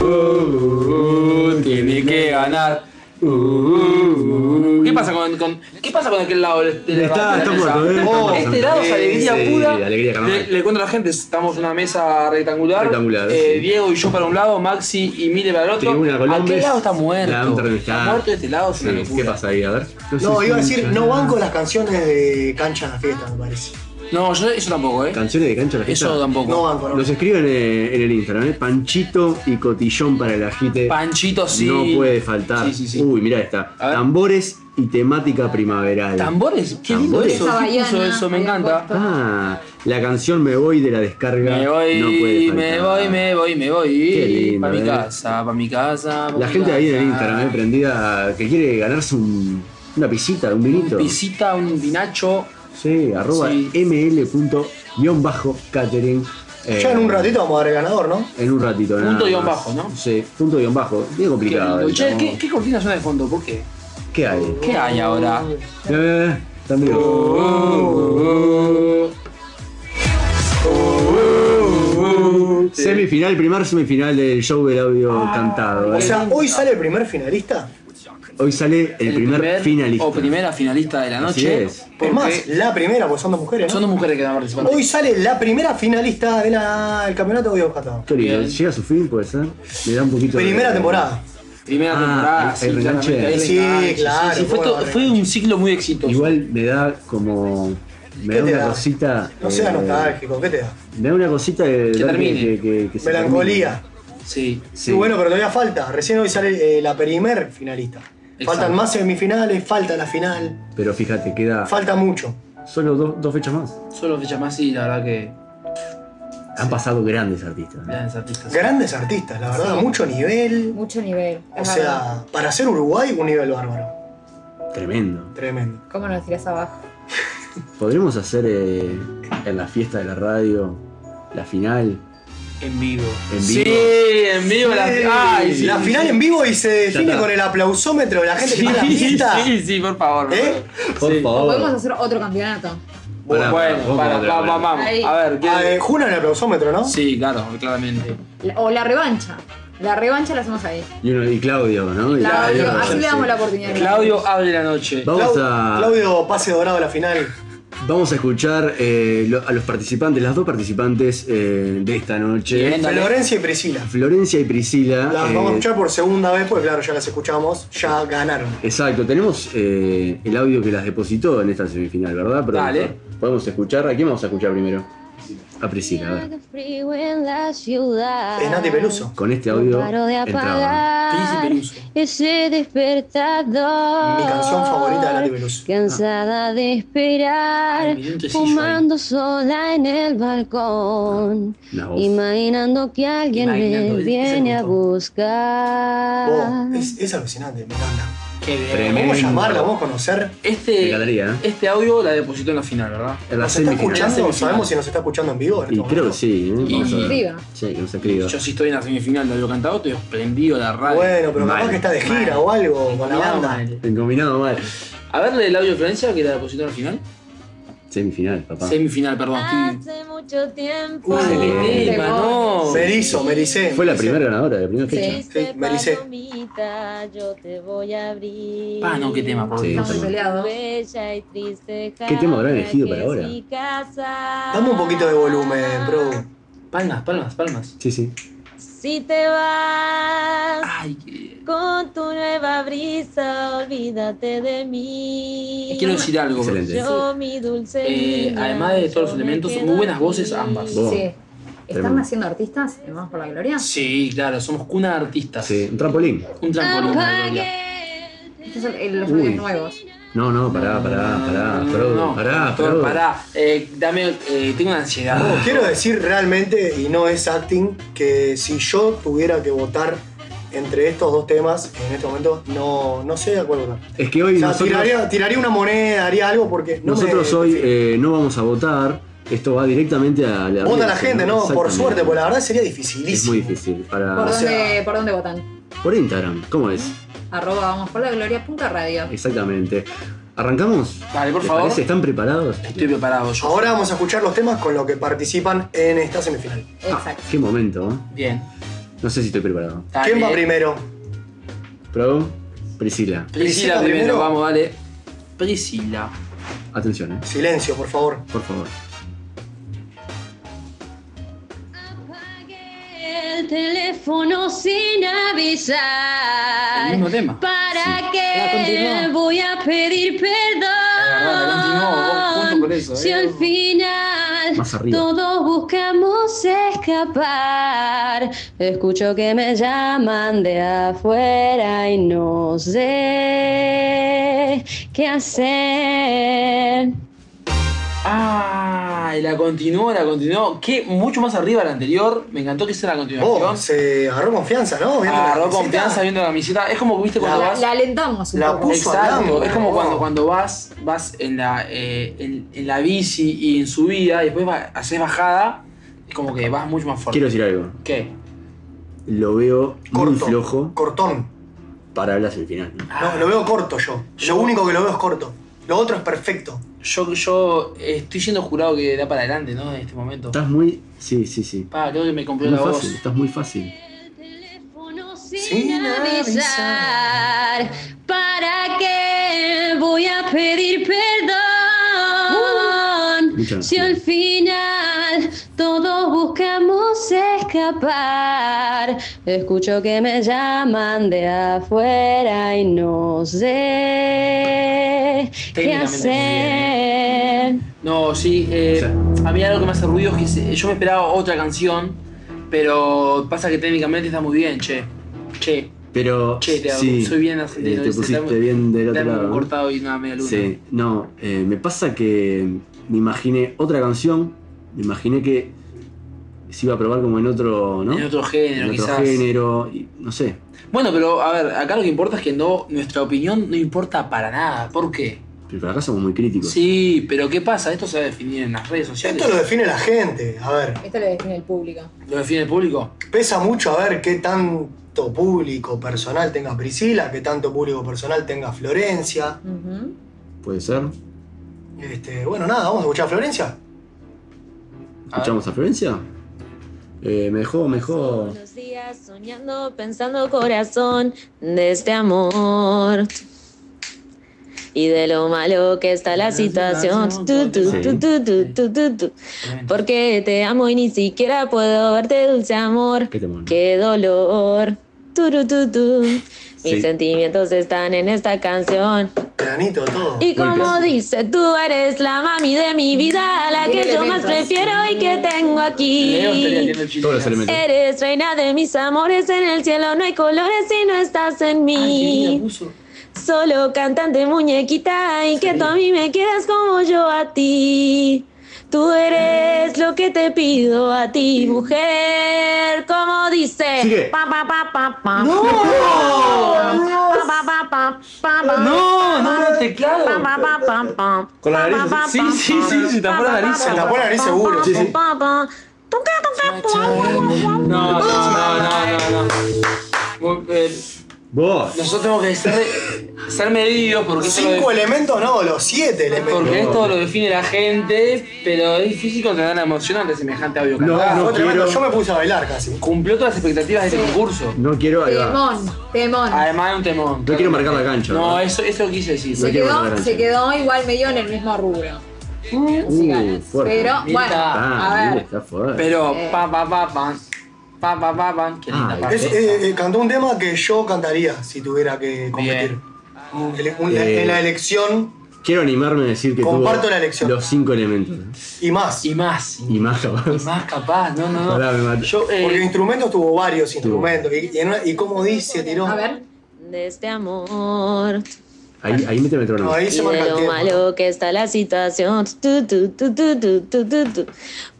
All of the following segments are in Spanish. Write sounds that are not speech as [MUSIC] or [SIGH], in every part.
Uh, uh, uh, tiene que ganar. Uh, uh, uh. ¿Qué pasa con, con- qué pasa con aquel lado del- del- Está- de la está mesa? muerto, eh, está Oh, muerto. este lado es alegría Sí, pura. alegría le, carnaval. le cuento a la gente, estamos en una mesa rectangular. Rectangular, Eh, sí. Diego y yo para un lado, Maxi y Mile para el otro. Tribuna Colombes, Aquel lado está muerto. la otra está mitad. muerto este lado, es una Sí, locura. ¿Qué pasa ahí? A ver. No, sé iba a si- decir, no banco las canciones de cancha en la fiesta, me parece. No, yo eso tampoco, eh. Canciones de cancha de la fiesta. Eso tampoco. No banco, no. Nos escriben eh, en el Instagram, ¿eh? Panchito y cotillón para el ajite. Panchito sí. No puede faltar. Sí, sí, sí. Uy, mirá esta. A ver. Tambores y temática primaveral. Tambores, qué lindo Tambores. eso. Esa ¿Quién puso baiana, eso? Me había encanta. puesto. Ah, la canción Me voy de la descarga. Me voy, no puede faltar. me voy, me voy, me voy. Qué lindo, para mi eh. casa, para mi casa. pa' La mi gente ahí en casa. el Instagram, ¿eh? prendida, que quiere ganarse un- una pisita, un vinito. Un pisita, un vinacho. Sí, arroba Sí. ml.catering. eh, Ya en un ratito vamos a dar el ganador, ¿no? En un ratito, nada Punto guión más. bajo, ¿no? Sí, punto guión bajo. Bien Qué complicado. lindo. Che, digamos. ¿qué, ¿Qué cortina suena de fondo? ¿Por qué? ¿Qué hay? Eh, ¿Qué hay ahora? Mirá, mirá, mirá, está en vivo. Oh, Semifinal, primer semifinal del show del audio Ah, cantado. O ¿eh? sea, hoy sale el primer finalista. Hoy sale el, primer, finalista. O primera finalista de la Así noche. es. Es Porque más, la primera, porque son dos mujeres, Eh, son ¿no? dos mujeres que van a participar. Hoy sale la primera finalista del campeonato de Biohatado. Qué lindo. Bien. Llega a su fin, puede ser. Le da un poquito de- Primera temporada. Primera Ah, temporada. hay- hay claramente, reganche. hay Sí, reganche, claro, sí, sí, fue, bueno, to- fue un ciclo muy exitoso. Igual me da como. Me ¿Qué da te una da? cosita. No sea eh, nostálgico, ¿qué te da? Me da una cosita de. de- termine. que- que- que se Melancolía. Sí. termine. Sí. Sí. bueno, pero todavía falta. Recién hoy sale eh, la primer finalista. Exacto. Faltan más semifinales, falta la final, Pero fíjate, queda falta mucho. solo dos, dos fechas más. Solo fecha más y la verdad que. Han pasado grandes artistas. ¿eh? grandes artistas. Grandes artistas, la verdad, mucho nivel. Mucho nivel. O es sea, verdad. para ser Uruguay, un nivel bárbaro. Tremendo. Tremendo. ¿Cómo nos tirás abajo? ¿Podremos hacer eh, en la fiesta de la radio la final En vivo. en Sí, vivo? en vivo. La, ay, sí, la sí, final sí. en vivo y se define está. con el aplausómetro de la gente que Sí, está en la fiesta. sí, sí, por favor. por ¿Eh? Por O podemos favor. hacer otro campeonato. favor. Pará, Bueno, vos para, contra, va- va- bueno. vamos. Ahí. A ver, ¿qué- Ah, eh, Juno en el aplausómetro, ¿no? Sí, claro, claramente. La- O la revancha. La revancha la hacemos ahí. Y, uno- y Claudio, ¿no? Y Claudio, Claudio, así le damos sí. la oportunidad. Claudio abre la noche. Vamos Clau- a- Claudio pase dorado a la final. Vamos a escuchar eh, lo- a los participantes, las dos participantes eh, de esta noche. Bien. Dale. Florencia y Priscila. Florencia y Priscila. Las eh, vamos a escuchar por segunda vez, porque claro, ya las escuchamos, ya ganaron. Exacto, tenemos eh, el audio que las depositó en esta semifinal, ¿verdad? Pero Dale. Podemos escuchar. ¿A quién vamos a escuchar primero? A Priscila, a ver. Haga frío en la ciudad. Es Nati Peluso. Con este No audio paro de entraba. apagar Príncipe ese despertador. Mi canción favorita de Nati Peluso. Ah. Cansada de esperar, Ay, mirá un tresillo fumando sola en el balcón, Una voz. imaginando que alguien Imaginando, me ese viene a punto. buscar. Oh, es, es alucinante, me encanta. Qué bien. Tremendo. Vamos a llamarla, vamos a conocer. Me Este, encantaría, ¿eh? este audio la depositó en la final, ¿verdad? En la ¿Nos está semifinal. escuchando? ¿Sabemos si nos está escuchando en vivo? En Y creo este que momento? sí, ¿eh? Y- Vamos a ver. Escriba. Sí, que nos escriba. Yo sí estoy en la semifinal de audio cantado, estoy esplendido la radio. Bueno, pero Mal. capaz que está de gira o algo con la Mirá, banda. madre. Encombinado mal. A verle el audio de Florencia que la depositó en la final. Semifinal, papá. Semifinal, perdón. estoy- Hace mucho tiempo. Uy, Excelente. Lima, no. Me erizo, me ericé. Fue la Sí. primera ganadora, la primera fecha. Triste Sí, me ericé. palomita, yo te voy a abrir. Ah, no, qué tema, por Sí. Estamos sí. peleados. Bella y triste ¿Qué tema habrán jaula elegido para que es ahora? mi casa. Dame un poquito de volumen, bro. Palmas, palmas, palmas. Sí, sí. Si te vas Ay, qué. con tu nueva brisa, olvídate de mí. Quiero decir algo. Excelente. Yo, mi dulce. Eh, niña, además de todos los yo me elementos, quedo muy buenas aquí. voces ambas. Vos. Sí. ¿Están Tremendo. haciendo artistas? ¿Vamos por la gloria? Sí, claro, somos cuna de Ah, artistas. Sí, un trampolín. Un trampolín. Gloria. Estos son eh, los Uy. audios nuevos. No, no, pará, pará, pará, Frodo, No, pará, doctor, Frodo. pará. Eh, dame, eh, tengo una ansiedad. Ah. Oh, Quiero decir realmente, y no es acting, que si yo tuviera que votar entre estos dos temas en este momento, no, no sé de cuál votar. Es que O hoy sea, nosotros, tiraría, tiraría una moneda, haría algo porque no me- nosotros hoy eh, no vamos a votar, esto va directamente a la... Vota la audiencia, gente, ¿no? Por Exactamente. suerte, porque la verdad sería Es dificilísimo. muy difícil. ¿Por, Para... sea- dónde, ¿Por dónde votan? Por Instagram, ¿cómo es? Arroba vamos por la gloria punto radio. Ah. Exactamente. ¿Arrancamos? Vale, por ¿Les favor. parece? ¿Están preparados? Estoy preparado yo. Ahora vamos a escuchar los temas con los que participan en esta semifinal. Ah, Exacto. qué momento, ¿eh? Bien. No sé si estoy preparado. Dale. ¿Quién va primero? ¿Pro? Priscila Priscila. Priscila primero, primero. vamos, dale. Priscila. Atención, eh. Silencio, por favor. Por favor. Apague el teléfono sin avisar. El mismo tema. ¿Para Ya, qué continúa. voy a pedir verdad, la última, vos junto perdón? con eso, Si eh. al final Más arriba. todos buscamos escapar, escucho que me llaman de afuera y no sé qué hacer. Ah, y la continuó, la continuó. Que mucho más arriba la anterior. Me encantó que sea la continuación. Vos, Oh, se agarró confianza, ¿no? Viendo la Agarró camiseta. confianza viendo la camiseta. Es como que viste cuando La- vas. La alentamos un La poco. puso al Exacto, amo, es como wow. cuando, cuando vas, vas en la, eh, en, en la bici y en subida, y después va- haces bajada, es como que vas mucho más fuerte. Quiero decir algo. ¿Qué? Lo veo muy Corto. flojo Cortón. para hablas el final. ¿no? No, lo veo corto yo. Yo- Lo único que lo veo es corto. Lo otro es perfecto. Yo, yo estoy siendo jurado que da para adelante, ¿no? En este momento. Estás muy. Sí, sí, sí. Pa, creo que me compró Muy la fácil, voz. estás muy fácil. El teléfono sin, Sin avisar. ¿Para qué voy a pedir Uh, perdón? Muchas gracias. si al final todos buscamos escapar. Escucho que me llaman de afuera y no sé qué Técnicamente muy bien. hacer. No, sí, eh, Sí. a mí algo que me hace ruido es que se- yo me esperaba otra canción, pero pasa que técnicamente está muy bien, che. Che, Pero. che, te hago- sí, soy bien eh, argentino. te ¿viste? pusiste Dame- bien del otro dame un lado. ¿no? cortado y una media luna. Sí, no, eh, me pasa que me imaginé otra canción, me imaginé que se iba a probar como en otro, ¿no? En otro género, En otro quizás. género, y no sé. Bueno, pero a ver, acá lo que importa es que no, nuestra opinión no importa para nada. ¿Por qué? Pero para acá somos muy críticos. Sí, pero ¿qué pasa? Esto se va a definir en las redes sociales. Esto lo define la gente. A ver, Esto lo define el público. ¿Lo define el público? pesa mucho a ver qué tanto público personal tenga Priscila, qué tanto público personal tenga Florencia. Ujú. Puede ser. Este, bueno, nada, vamos a escuchar a Florencia. ¿Escuchamos a Florencia? Eh, me dejó, me dejó. Los días soñando, pensando corazón de este amor. Y de lo malo que está la La situación, situación. Tu, tu, sí. tu, tu, tu, tu, tu, tu. Tremendo. Porque te amo y ni siquiera puedo verte, dulce amor. ¿Qué te mando? Qué dolor. Turu, tu, tu. Mis Sí. sentimientos están en esta canción. Granito, todo. Y como Golpes. dice, tú eres la mami de mi vida, la Qué que yo más elementos. prefiero y que tengo aquí. Leo estaría haciendo chistes. Todos los elementos. Eres reina de mis amores, en el cielo no hay colores si no estás en Ay, qué lindo mí. puso. Solo cantante muñequita y que Sí. tú a mí me quieras como yo a ti. Tú eres lo que te pido a ti, mujer, como Sigue. dice. Pa, pa, pa, pa, pa. ¡No! Pa, pa, pa, pa, pa, pa. No, no, no, teclado. Pa, pa, pa, pa, pa. Con la Pa, nariz, pa, sí, pa, sí, pa, sí, pa, se tapó la pa, nariz, pa, se pa, tapó la pa, nariz pa, seguro, pa, sí, sí. pa, pa. Toca, toca, pa, pa, pa, No, no, no, no, no. Muy- eh, Vos. Nosotros tenemos que ser, ser medidos porque esto, lo Cinco de- elementos, no, los siete elementos. porque esto lo define la gente, pero es difícil contener la emoción ante semejante audio. No, cantado. Ah, no fue tremendo. quiero. Yo me puse a bailar casi. Cumplió todas las expectativas de este Sí. concurso. No quiero. ahí va. Ah, Temón, temón. Además de un temón. No quiero marcar la cancha, No, eh, ¿verdad? eso, eso quise decir. se, no quiero volver quedó, al se cine. quedó igual medio en el mismo rubro. Uh, fuerte. Pero Mirta. bueno, Ah, a mira, ver. está fuerte. Pero Eh. pa pa pa pa pa pa pa pa qué linda Ay. parte. Es- eh, eh, cantó un tema que yo cantaría si tuviera que competir. Bien. Ele- un- la- Eh. En la elección Quiero animarme a decir que Comparto tuvo la elección. los cinco elementos. y más. Y más. Y Y más capaz. más capaz. No, no, Pará, me no. maté. Yo, eh, Porque instrumentos tuvo varios instrumentos. Y, y en una- y como dice, tiró. A ver. De este amor. Ahí, ahí mete No, metrónomo. ahí Y se marca de el lo tiempo. malo que está la situación. Tu, tu, tu, tu, tu, tu, tu, tu. En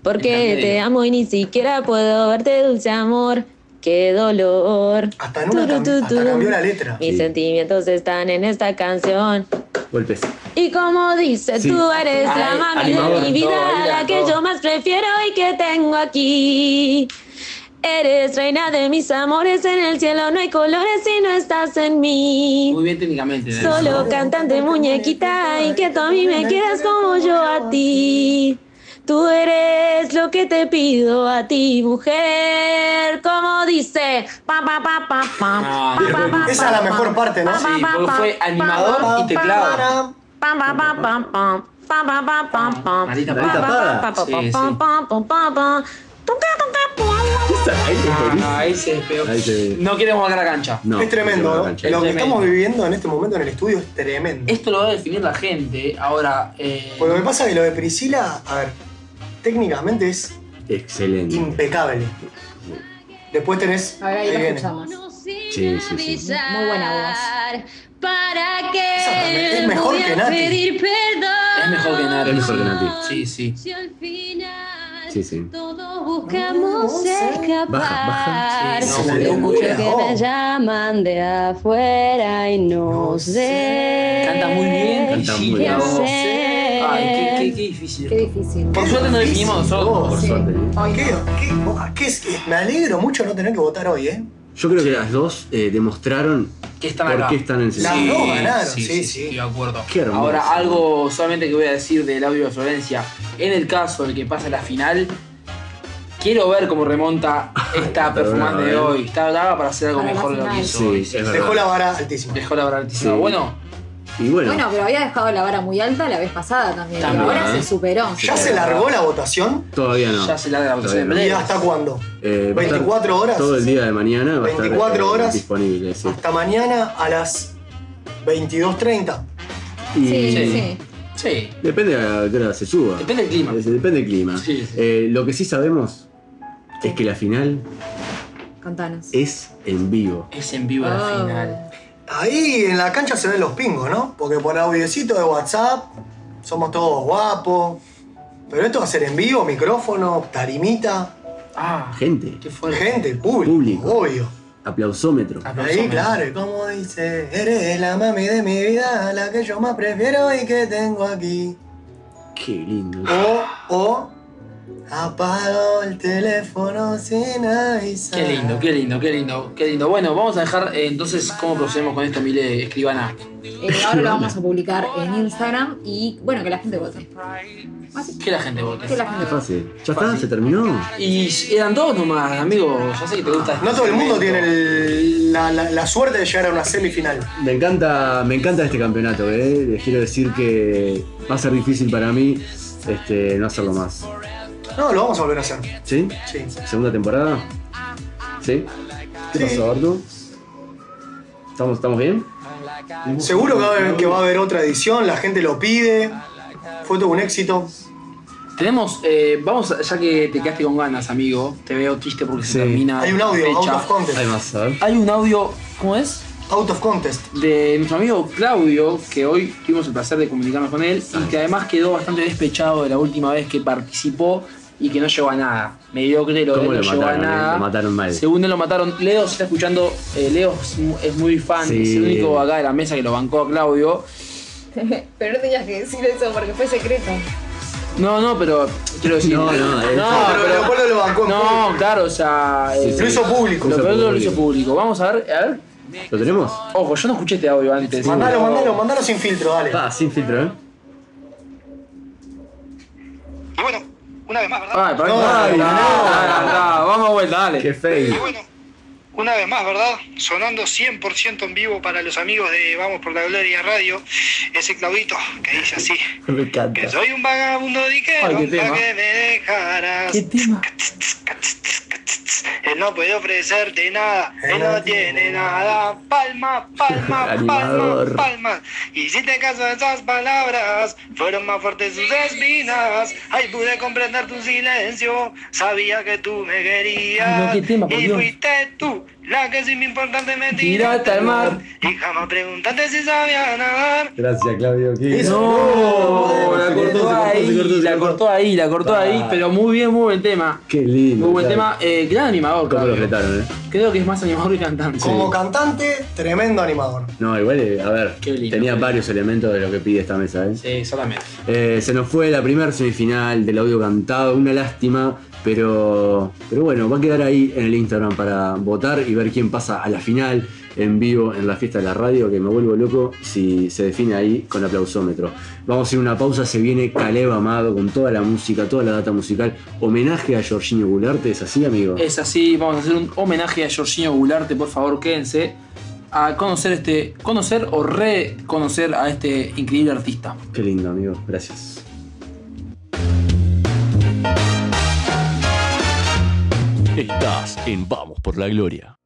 Porque la te media. amo y ni siquiera puedo verte, dulce amor. Qué dolor. Hasta en una Tu, tu, cam- hasta tu. cambió la letra. Mis Sí. sentimientos están en esta canción. Golpes. Y como dice, Sí. tú eres la Ay, mami de animador, mi vida, todo, la mira, que todo. yo más prefiero y que tengo aquí. Eres reina de mis amores, en el cielo no hay colores si no estás en mí. muy bien técnicamente. ¿eh? Solo cantante muñequita y que tú a mí me quieras como yo a ti. Tú eres lo que te pido a ti, mujer. Como dice. Pa, pa, pa, pa, Ah, pa, pa, pa, pa, esa es la pa, mejor pa, parte, ¿no? pa, pa, Sí, pa, porque pa, fue pa, animador pa, y teclado. Pam, pam, pam, pam, pam. Pam, pam, pam, pam, pam. Marita Pam, pam, Parra. pam, pam, Sí, pam, sí. pam, pam, pam, pam. Tonca, tonca, pua, pua, pua. Ahí es No, buenísimo. no, ahí se peor. Ahí se ve. No queremos volver a la cancha. No, es tremendo, ¿no? no se va a Lo Es que tremendo. estamos viviendo en este momento en el estudio es tremendo. Esto lo va a definir la gente. Ahora, eh, Porque me pasa que lo de Priscila, a ver, técnicamente es enganchar. Excelente. impecable. Después tenés. Ahora ahí ahí la viene. escuchamos. Sí, sí, sí. Muy buena voz. Para que Es mejor voy que a Nati. pedir perdón. es mejor que Nati. Es mejor que Nati. Sí, sí. Si al final Sí, sí. todos Ah, buscamos escapar. Baja, baja. Sí, no, boludo, Mucho mucho que mejor. me llaman de afuera y no, No sé. Canta muy bien. Canta muy Priscila, bien. vos. Hacer. Ay, qué, qué, qué Qué difícil. difícil. Por suerte no definimos nosotros. Por suerte. ¿eh? Hoy ¿Qué, no. qué- oh, qué es- me alegro mucho no tener que votar hoy, ¿eh? Yo creo que las dos eh, demostraron Que están acá. por qué están en Las serio. Sí, dos ganaron, sí, sí, sí, sí. estoy de acuerdo. Qué hermoso. Ahora, algo solamente que voy a decir del audio de Florencia. En el caso de que pase la final, quiero ver cómo [LAUGHS] remonta esta Perdona, performance de eh. hoy. Está brava para hacer algo Para la mejor de lo que final. hizo. Sí, hoy. es verdad. Dejó la vara altísima. Dejó la verdad altísima. Sí. Bueno, Y bueno, Bueno, pero había dejado la vara muy alta la vez pasada también. y También, ahora ¿eh? se superó. ¿Ya se largó la votación? todavía no. ya se larga la votación de Todavía ¿Y Pérez. hasta cuándo? Eh, va a estar 24 horas. Todo el día de mañana va a estar 24 eh, horas. disponible. sí. Hasta mañana a las 22.30. Y Sí, Sí. sí. Sí. Depende de la- de la hora se suba. Depende del clima. Es- Depende del clima. Sí, sí. Eh, lo que sí sabemos es que la final Contanos. es en vivo. Es en vivo la Ah. final. Ahí en la cancha se ven los pingos, ¿no? Porque por audiocito de WhatsApp somos todos guapos. Pero esto va a ser en vivo, micrófono, tarimita, Ah, Gente, qué fuerte. gente, público, Público. obvio. aplausómetro. Aplausos, Ahí, men. claro, y como dice, eres la mami de mi vida, la que yo más prefiero y que tengo aquí. Qué lindo. Oh. O, o, apago el teléfono sin avisar. Qué lindo, qué lindo, qué lindo, qué lindo. Bueno, vamos a dejar eh, entonces cómo procedemos con esto, Mile Escribana. Eh, ahora lo vamos a publicar en Instagram y bueno, que la gente vote. Así Que la gente vote. que la gente Qué vote. fácil. Ya está, se terminó. Y eran dos nomás, amigo. Ya sé que te gusta. No todo el mundo tiene el- la, la- la suerte de llegar a una semifinal. Me encanta, me encanta este campeonato, eh. Les quiero decir que va a ser difícil para mí este, no hacerlo más. No, lo vamos a volver a hacer. ¿Sí? Sí. ¿Segunda temporada? ¿Sí? ¿Qué Sí. pasó, Artu? ¿Estamos, ¿Estamos bien? Seguro que va, a haber, que va a haber otra edición, la gente lo pide. Fue todo un éxito. Tenemos, eh, vamos, a- ya que te quedaste con ganas, amigo. Te veo triste porque se Sí. termina. Hay un la audio, out fecha. of contest. Hay más, a ver. Hay un audio, ¿cómo es? Out of contest. De nuestro amigo Claudio, que hoy tuvimos el placer de comunicarnos con él y que además quedó bastante despechado de la última vez que participó y que no llegó a nada. Mediocre lo de ¿Cómo él, lo no llegó a mataron? eh? nada. Lo mataron mal. Según él lo mataron, Leo se está escuchando, eh, Leo es mu- es muy fan, Sí. es el único acá de la mesa que lo bancó a Claudio. Pero no tenías que decir eso porque fue secreto. No, no, pero quiero decir. No, no, él- No, pero el acuerdo lo bancó en No, público. claro, o sea. eh, Sí, sí. Lo hizo público. Lo Lo hizo peor lo hizo público. público. Vamos a ver, a ver. ¿Lo tenemos? Ojo, yo no escuché este audio antes. Mandalo, mandalo, mandalo sin filtro, dale. Ah, sin filtro, ¿eh? Y bueno, una vez más, ¿verdad? Ay, para No, Ay, no. pará, pará, Vamos a vuelta, Qué dale. Y feo. bueno, una vez más, ¿verdad? Sonando 100% en vivo para los amigos de Vamos por la Gloria Radio, ese Claudito que dice así, Me encanta. que soy un vagabundo Ay, diquero qué tema. pa' que me dejaras. Qué tema. Él no puede ofrecerte nada, él no tiene nada. Palma, [LAUGHS] palma, palma, Animador. palma. Y si te caso de esas palabras, fueron más fuertes sus espinas. Ay, pude comprender tu silencio, sabía que tú me Ay, no, querías. qué tema, por y Dios. fuiste tú, la que sin importante me Tiraste al mar. Y jamás preguntaste si sabía nadar. Gracias, Claudio. Qué- Eso. No, No, la se cortó cortó, se cortó, se cortó, ahí, se la cortó. cortó ahí, la cortó ahí. Ah. Pero muy bien, muy buen tema. Qué lindo. Muy buen tema. Claudio. Eh, gran animador, ¿Cómo lo Claudio. retaron, eh? Creo que es más animador que cantante. Como Sí. cantante, tremendo animador. No, igual, eh, a ver, Qué lindo, tenía qué varios elementos de lo que pide esta mesa, ¿eh? Sí, solamente. Eh, se nos fue la primera semifinal del audio cantado, una lástima, Pero, pero bueno, va a quedar ahí en el Instagram para votar y ver quién pasa a la final en vivo en la fiesta de la radio, que me vuelvo loco si se define ahí con aplausómetro. Vamos a ir a una pausa, se viene Caleb Amado con toda la música, toda la data musical. Homenaje a Jorginho Gularte, ¿es así, amigo? Es así, vamos a hacer un homenaje a Jorginho Gularte, por favor, quédense a conocer este conocer o reconocer a este increíble artista. Qué lindo, amigo, gracias. Estás en Vamos por la Gloria.